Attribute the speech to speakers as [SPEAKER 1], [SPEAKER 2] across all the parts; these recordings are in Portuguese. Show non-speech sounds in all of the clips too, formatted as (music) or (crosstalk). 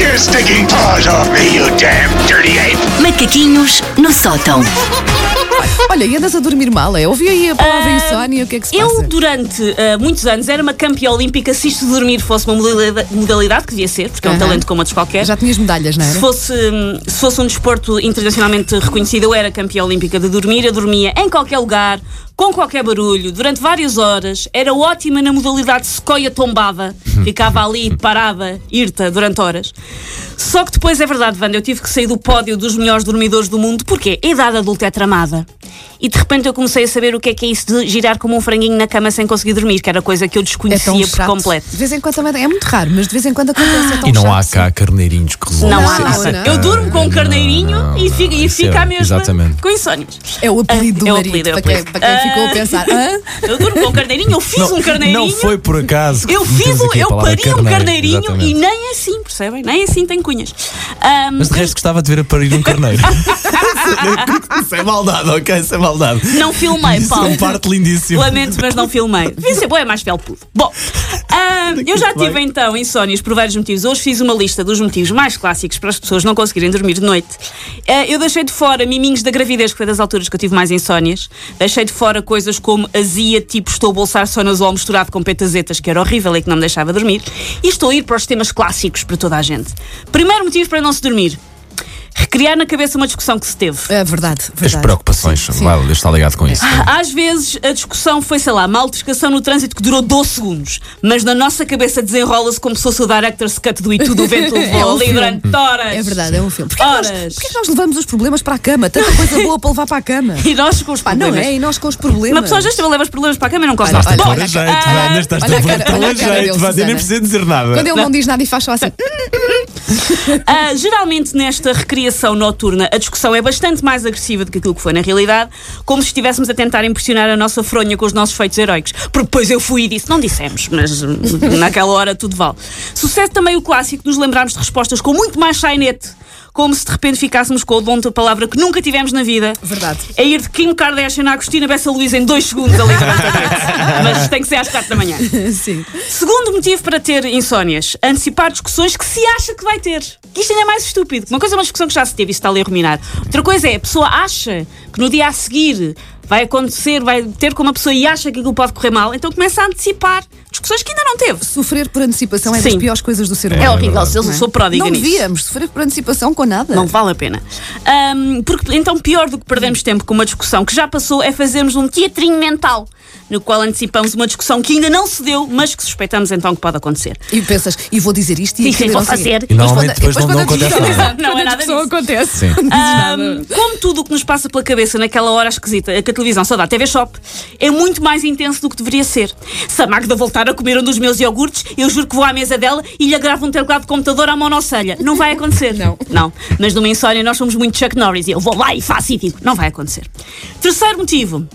[SPEAKER 1] your stinking paws off me, you damn dirty ape!
[SPEAKER 2] Macaquinhos no sótão.
[SPEAKER 3] Olha, e andas a dormir mal, é? Ouvi aí a palavra
[SPEAKER 4] Ah,
[SPEAKER 3] insónia, o que é que se
[SPEAKER 4] Eu,
[SPEAKER 3] passa?
[SPEAKER 4] durante ah, muitos anos, era uma campeã olímpica se isto de dormir fosse uma modalidade, modalidade que devia ser, porque é um
[SPEAKER 3] Aham.
[SPEAKER 4] talento como outros qualquer.
[SPEAKER 3] Já tinhas medalhas, não
[SPEAKER 4] Se
[SPEAKER 3] era?
[SPEAKER 4] fosse, hum, se fosse um desporto internacionalmente reconhecido, eu era campeã olímpica de dormir. Eu dormia em qualquer lugar, com qualquer barulho, durante várias horas. Era ótima na modalidade sequoia tombava.
[SPEAKER 3] Hum.
[SPEAKER 4] Ficava ali, parada, irta, durante horas. Só que depois, é verdade, Wanda, eu tive que sair do pódio dos melhores dormidores do mundo. Porquê? A idade adulta é tramada. E de repente eu comecei a saber o que é que é isso de girar como um franguinho na cama sem conseguir dormir, que era coisa que eu
[SPEAKER 3] É
[SPEAKER 4] desconhecia
[SPEAKER 3] tão
[SPEAKER 4] por
[SPEAKER 3] chato.
[SPEAKER 4] completo. Ah.
[SPEAKER 3] De vez em quando também, é muito raro, mas de vez em quando acontece. É tão
[SPEAKER 5] E não há
[SPEAKER 3] chato.
[SPEAKER 5] cá carneirinhos que resolvam.
[SPEAKER 4] Não,
[SPEAKER 3] Não,
[SPEAKER 4] há nada.
[SPEAKER 3] não.
[SPEAKER 4] Eu durmo com um carneirinho
[SPEAKER 5] não,
[SPEAKER 4] e, fica, e
[SPEAKER 5] isso é-
[SPEAKER 4] fica a mesma
[SPEAKER 5] exatamente.
[SPEAKER 4] com insónios.
[SPEAKER 3] É o apelido do
[SPEAKER 4] É o
[SPEAKER 3] marido,
[SPEAKER 4] apelido, é o
[SPEAKER 3] para quem,
[SPEAKER 4] apelido.
[SPEAKER 3] para quem ficou a
[SPEAKER 4] Ah.
[SPEAKER 3] pensar. Hã?
[SPEAKER 4] Eu durmo com um carneirinho, eu fiz um carneirinho.
[SPEAKER 5] Não foi por acaso. que
[SPEAKER 4] Eu fiz,
[SPEAKER 5] metemos
[SPEAKER 4] um,
[SPEAKER 5] aqui a
[SPEAKER 4] eu
[SPEAKER 5] palavra
[SPEAKER 4] pari um carneirinho
[SPEAKER 5] exatamente.
[SPEAKER 4] e nem assim, percebem? Nem assim tem cunhas. Ahm,
[SPEAKER 5] Mas de resto gostava de ver a parir
[SPEAKER 4] (laughs)
[SPEAKER 5] um carneiro. Isso é maldade, ok? Isso é maldade.
[SPEAKER 4] não filmei,
[SPEAKER 5] (laughs) Isso é
[SPEAKER 4] Paulo.
[SPEAKER 5] um parte lindíssimo.
[SPEAKER 4] Lamento, mas não filmei. Devia ser bom, é mais felpudo. Bom, ahm, eu já tive então insónias por vários motivos. Hoje fiz uma lista dos motivos mais clássicos para as pessoas não conseguirem dormir de noite. Ah, eu deixei de fora miminhos da gravidez, que foi das alturas que eu tive mais insónias. Deixei de fora coisas como azia, tipo estou a bolsar sonazol misturado com petazetas, que era horrível e que não me deixava dormir. E estou a ir para os temas clássicos para toda a gente. Primeiro motivo para não se dormir. Recriar na cabeça uma discussão que se teve.
[SPEAKER 3] É verdade, verdade.
[SPEAKER 5] As preocupações,
[SPEAKER 3] Sim, sim.
[SPEAKER 5] Vale, está ligado com isso.
[SPEAKER 4] Ah, Às vezes a discussão foi, sei lá, uma altercação no trânsito que durou 12 segundos, mas na nossa cabeça desenrola-se como se fosse o director's cut do E tudo o vento
[SPEAKER 3] (laughs)
[SPEAKER 4] levou
[SPEAKER 3] É um
[SPEAKER 4] ali
[SPEAKER 3] filme.
[SPEAKER 4] durante horas.
[SPEAKER 3] É verdade, é um filme. Porquê que nós-
[SPEAKER 4] Horas.
[SPEAKER 3] porquê que nós levamos os problemas para a cama? Tanta coisa boa para levar para a
[SPEAKER 4] (laughs)
[SPEAKER 3] cama.
[SPEAKER 4] E nós com os
[SPEAKER 3] Pá, não
[SPEAKER 4] problemas.
[SPEAKER 3] é? E nós com os problemas.
[SPEAKER 4] Uma pessoa já esteve a levar os problemas para a cama e não gosta ah,
[SPEAKER 3] Olha,
[SPEAKER 4] de
[SPEAKER 5] Estás
[SPEAKER 3] olha, olha a
[SPEAKER 5] tão a jeito,
[SPEAKER 3] cara-
[SPEAKER 5] Vanda. Estás
[SPEAKER 3] olha a
[SPEAKER 5] tão
[SPEAKER 3] cara- olha a
[SPEAKER 5] a
[SPEAKER 3] cara dele,
[SPEAKER 5] jeito, Vanda. Eu
[SPEAKER 3] Susana.
[SPEAKER 5] nem preciso dizer nada.
[SPEAKER 3] Quando ele não diz nada e faz só assim. (laughs)
[SPEAKER 4] Ah, geralmente nesta recriação noturna a discussão é bastante mais agressiva do que aquilo que foi na realidade, como se estivéssemos a tentar impressionar a nossa fronha com os nossos feitos heróicos. Porque depois eu fui e disse, não dissemos, mas hum, naquela hora tudo vale. Sucede também o clássico de nos lembrarmos de respostas com muito mais sainete, como se de repente ficássemos com o dom de uma palavra que nunca tivemos na vida.
[SPEAKER 3] Verdade.
[SPEAKER 4] É ir de Kim Kardashian à Cristina Bessa Luís em dois segundos ali (laughs) durante a noite. Mas tem que ser às quatro da manhã.
[SPEAKER 3] Sim.
[SPEAKER 4] Segundo motivo para ter insónias, antecipar discussões que se acha que vai ter. Que isto ainda é mais estúpido. Uma coisa é uma discussão que já se teve e está ali a ruminar. Outra coisa é, a pessoa acha que no dia a seguir vai acontecer, vai ter com uma pessoa e acha que aquilo pode correr mal, então começa a antecipar discussões que ainda não teve.
[SPEAKER 3] Sofrer por antecipação é das
[SPEAKER 4] Sim.
[SPEAKER 3] piores coisas do ser
[SPEAKER 4] É
[SPEAKER 3] humano.
[SPEAKER 4] horrível, eu
[SPEAKER 3] não é?
[SPEAKER 4] sou pródiga
[SPEAKER 3] Não
[SPEAKER 4] nisso.
[SPEAKER 3] devíamos sofrer por antecipação com nada.
[SPEAKER 4] Não vale a pena. Ahm, porque então, pior do que perdermos tempo com uma discussão que já passou é fazermos um teatrinho mental, no qual antecipamos uma discussão que ainda não se deu, mas que suspeitamos então que pode acontecer.
[SPEAKER 3] E pensas, e vou dizer isto e
[SPEAKER 4] Sim,
[SPEAKER 3] aquilo,
[SPEAKER 4] sim, vou
[SPEAKER 3] não sei o quê.
[SPEAKER 4] fazer. E
[SPEAKER 5] E normalmente
[SPEAKER 3] quando-
[SPEAKER 5] depois não não
[SPEAKER 3] quando a
[SPEAKER 5] acontece
[SPEAKER 3] discussão-
[SPEAKER 5] nada.
[SPEAKER 4] Não é
[SPEAKER 3] quando a
[SPEAKER 4] nada
[SPEAKER 3] discussão
[SPEAKER 4] disso. Hum.
[SPEAKER 3] acontece. não
[SPEAKER 5] Sim.
[SPEAKER 3] dizes
[SPEAKER 4] Ahm,
[SPEAKER 3] nada.
[SPEAKER 4] como tudo o que nos passa pela cabeça naquela hora esquisita, que a televisão só dá TV Shop, é muito mais intenso do que deveria ser. Se a Magda voltar a comer um dos meus iogurtes, eu juro que vou à mesa dela e lhe agravo um teclado de computador à monocelha. Não vai
[SPEAKER 3] (laughs)
[SPEAKER 4] acontecer.
[SPEAKER 3] Não.
[SPEAKER 4] Não. Mas numa insónia nós somos muito Chuck Norris e eu vou lá e faço e digo. Não vai acontecer. Terceiro motivo.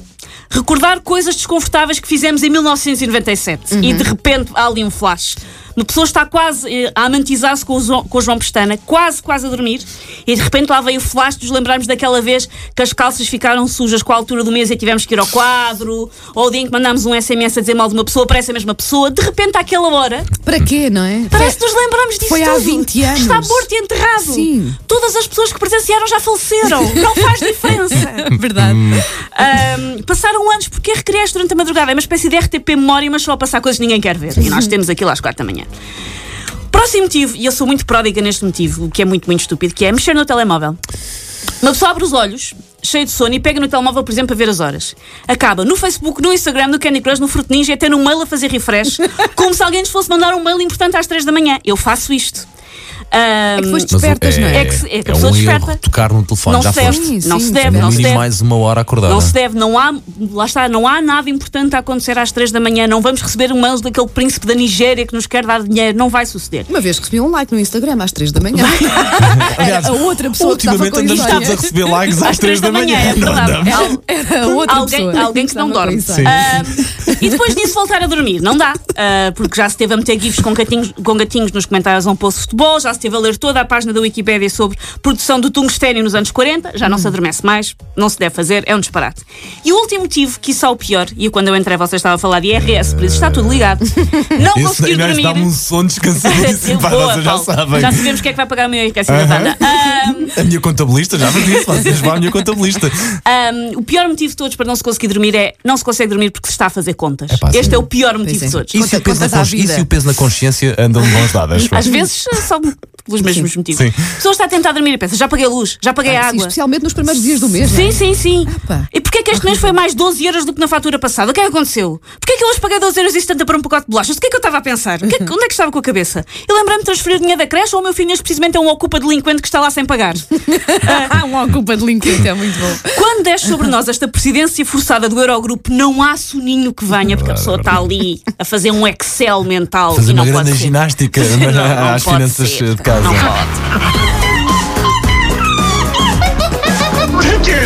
[SPEAKER 4] Recordar coisas desconfortáveis que fizemos em 1997 e
[SPEAKER 3] Uhum.
[SPEAKER 4] de repente há ali um flash. Uma pessoa está quase eh, a amantizar-se com, o Zo- com o João Pestana, quase, quase a dormir, e de repente lá veio o flash de nos lembrarmos daquela vez que as calças ficaram sujas com a altura do mês e tivemos que ir ao quadro, ou o dia em que mandámos um SMS a dizer mal de uma pessoa para essa mesma pessoa, de repente àquela hora,
[SPEAKER 3] Para quê, não é?
[SPEAKER 4] Parece que nos lembramos disso
[SPEAKER 3] Foi há
[SPEAKER 4] tudo.
[SPEAKER 3] 20 anos.
[SPEAKER 4] Está morto e enterrado.
[SPEAKER 3] Sim.
[SPEAKER 4] Todas as pessoas que presenciaram já faleceram.
[SPEAKER 3] (laughs)
[SPEAKER 4] Não faz diferença.
[SPEAKER 3] Verdade.
[SPEAKER 5] Hum.
[SPEAKER 4] Ahm, passaram anos. Porquê recriaste durante a madrugada? É uma espécie de RTP memória, mas só a passar coisas que ninguém quer ver. E nós temos aquilo às 4 da manhã. Próximo motivo, e eu sou muito pródiga neste motivo, o que é muito, muito estúpido, que é mexer no telemóvel. Uma pessoa abre os olhos, cheio de sono, e pega no telemóvel, por exemplo, para ver as horas. Acaba no Facebook, no Instagram, no Candy Crush, no Fruit Ninja e até no mail a fazer refresh,
[SPEAKER 3] (laughs)
[SPEAKER 4] como se alguém nos fosse mandar um mail importante às 3 da manhã. Eu faço isto.
[SPEAKER 3] É
[SPEAKER 4] Ahm,
[SPEAKER 3] que foste
[SPEAKER 5] Mas o-
[SPEAKER 3] despertas, não
[SPEAKER 4] é
[SPEAKER 3] é?
[SPEAKER 4] que se- é que a
[SPEAKER 5] é
[SPEAKER 4] pessoa
[SPEAKER 5] um
[SPEAKER 4] desperta.
[SPEAKER 5] erro tocar no telefone,
[SPEAKER 4] não
[SPEAKER 5] já
[SPEAKER 4] se deve,
[SPEAKER 5] foste.
[SPEAKER 3] Sim,
[SPEAKER 4] não
[SPEAKER 3] sim,
[SPEAKER 4] se
[SPEAKER 3] sim.
[SPEAKER 4] deve,
[SPEAKER 5] No
[SPEAKER 4] É, não se
[SPEAKER 5] mínimo
[SPEAKER 4] deve.
[SPEAKER 5] mais uma hora acordada.
[SPEAKER 4] Não se deve, não há, lá está, não há nada importante a acontecer às três da manhã, não vamos receber um mail daquele príncipe da Nigéria que nos quer dar dinheiro, não vai suceder.
[SPEAKER 3] Uma vez recebi um like no Instagram às 3 da manhã.
[SPEAKER 5] Aliás,
[SPEAKER 3] Era a outra pessoa que estava
[SPEAKER 5] ultimamente
[SPEAKER 3] com
[SPEAKER 5] andamos todos a
[SPEAKER 3] insónia.
[SPEAKER 4] (laughs)
[SPEAKER 5] receber likes às 3 da manhã.
[SPEAKER 4] é
[SPEAKER 5] Não
[SPEAKER 4] verdade.
[SPEAKER 5] andamos.
[SPEAKER 4] Al-
[SPEAKER 3] (laughs) Era a outra
[SPEAKER 4] alguém,
[SPEAKER 3] pessoa.
[SPEAKER 4] alguém que não
[SPEAKER 3] Estava com
[SPEAKER 4] dorme.
[SPEAKER 3] insónia.
[SPEAKER 4] Ah, e depois disso voltar a dormir, não dá, Ah, porque já se teve a meter gifs com gatinhos, com gatinhos nos comentários a um post de futebol, já se esteve a ler toda a página da Wikipédia sobre produção do tungstênio nos anos 40, já não se adormece mais, não se deve fazer, é um disparate. E o último motivo, que isso é o pior, e quando eu entrei vocês estavam a falar de IRS, por isso está tudo ligado, não
[SPEAKER 5] Esse
[SPEAKER 4] conseguir
[SPEAKER 5] gajo
[SPEAKER 4] dormir... (laughs)
[SPEAKER 5] dá-me um (laughs) sono descansadíssimo. Pá,
[SPEAKER 4] Boa,
[SPEAKER 5] vocês já
[SPEAKER 4] Paulo.
[SPEAKER 5] sabem.
[SPEAKER 4] Já sabemos quem é que vai pagar o meu enriquecimento da
[SPEAKER 5] Aham.
[SPEAKER 4] banda. Ah,
[SPEAKER 5] A minha contabilista já me disse. Vocês vão à minha contabilista.
[SPEAKER 4] Um, o pior motivo de todos para não se conseguir dormir é não se consegue dormir porque se está a fazer contas.
[SPEAKER 5] Epá,
[SPEAKER 4] este
[SPEAKER 5] sim.
[SPEAKER 4] é o pior motivo
[SPEAKER 3] é.
[SPEAKER 4] de todos.
[SPEAKER 5] Isso e, o peso
[SPEAKER 3] contas à
[SPEAKER 5] na consci-
[SPEAKER 3] vida.
[SPEAKER 5] isso e o peso na consciência andam de mãos dadas.
[SPEAKER 4] Às vezes são pelos mesmos motivos.
[SPEAKER 5] Sim. Ah,
[SPEAKER 4] A pessoa está a tentar dormir e pensa, já paguei a luz, já paguei a
[SPEAKER 3] Sim,
[SPEAKER 4] É água.
[SPEAKER 3] especialmente nos primeiros dias do mês. não é?
[SPEAKER 4] Sim, sim, sim.
[SPEAKER 3] pá.
[SPEAKER 4] E porquê que este mês foi mais 12 euros do que na fatura passada? O que é que aconteceu? Porquê que eu hoje paguei 12 euros e 70 para um pacote de bolachas? O que é que eu estava a pensar? O que é que- onde é que estava com a cabeça? E lembrei-me de transferir o dinheiro da creche ou o meu filho neste precisamente é um ocupa delinquente que está lá sem pagar? (laughs)
[SPEAKER 3] Ah, um ocupa de LinkedIn é muito bom.
[SPEAKER 4] Quando desce sobre nós esta presidência forçada do Eurogrupo, não há soninho que venha, porque a pessoa está ali a fazer um Excel mental
[SPEAKER 5] Fazer
[SPEAKER 4] e não
[SPEAKER 5] uma
[SPEAKER 4] pode
[SPEAKER 5] grande
[SPEAKER 4] ser. (laughs)
[SPEAKER 5] ginástica
[SPEAKER 4] Não, não
[SPEAKER 5] às
[SPEAKER 4] pode
[SPEAKER 5] finanças
[SPEAKER 4] ser.
[SPEAKER 5] de casa.
[SPEAKER 4] Não pode.
[SPEAKER 1] Take your